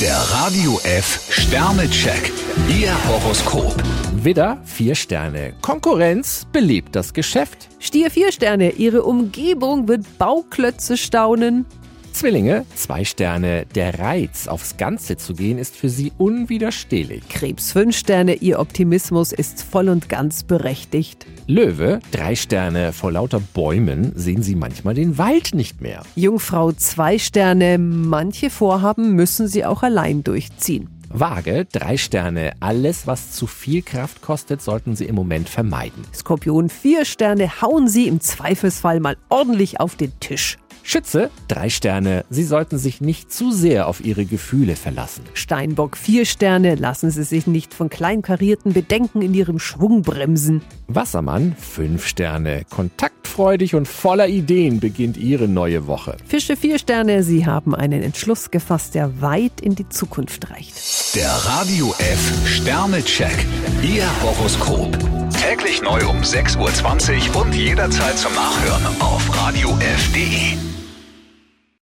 Der Radio F Sternecheck. Ihr Horoskop. Widder, vier Sterne. Konkurrenz belebt das Geschäft. Stier vier Sterne, Ihre Umgebung wird Bauklötze staunen. Zwillinge, zwei Sterne. Der Reiz, aufs Ganze zu gehen, ist für sie unwiderstehlich. Krebs fünf Sterne, Ihr Optimismus ist voll und ganz berechtigt. Löwe, drei Sterne. Vor lauter Bäumen sehen sie manchmal den Wald nicht mehr. Jungfrau zwei Sterne, manche Vorhaben müssen Sie auch allein durchziehen. Waage, drei Sterne. Alles, was zu viel Kraft kostet, sollten sie im Moment vermeiden. Skorpion vier Sterne, hauen Sie im Zweifelsfall mal ordentlich auf den Tisch. Schütze, drei Sterne. Sie sollten sich nicht zu sehr auf ihre Gefühle verlassen. Steinbock vier Sterne, lassen Sie sich nicht von kleinkarierten Bedenken in Ihrem Schwung bremsen. Wassermann, fünf Sterne. Kontaktfreudig und voller Ideen beginnt ihre neue Woche. Fische vier Sterne, Sie haben einen Entschluss gefasst, der weit in die Zukunft reicht. Der Radio F Sternecheck. Ihr Horoskop. Täglich neu um 6.20 Uhr und jederzeit zum Nachhören auf Radio radiof.de.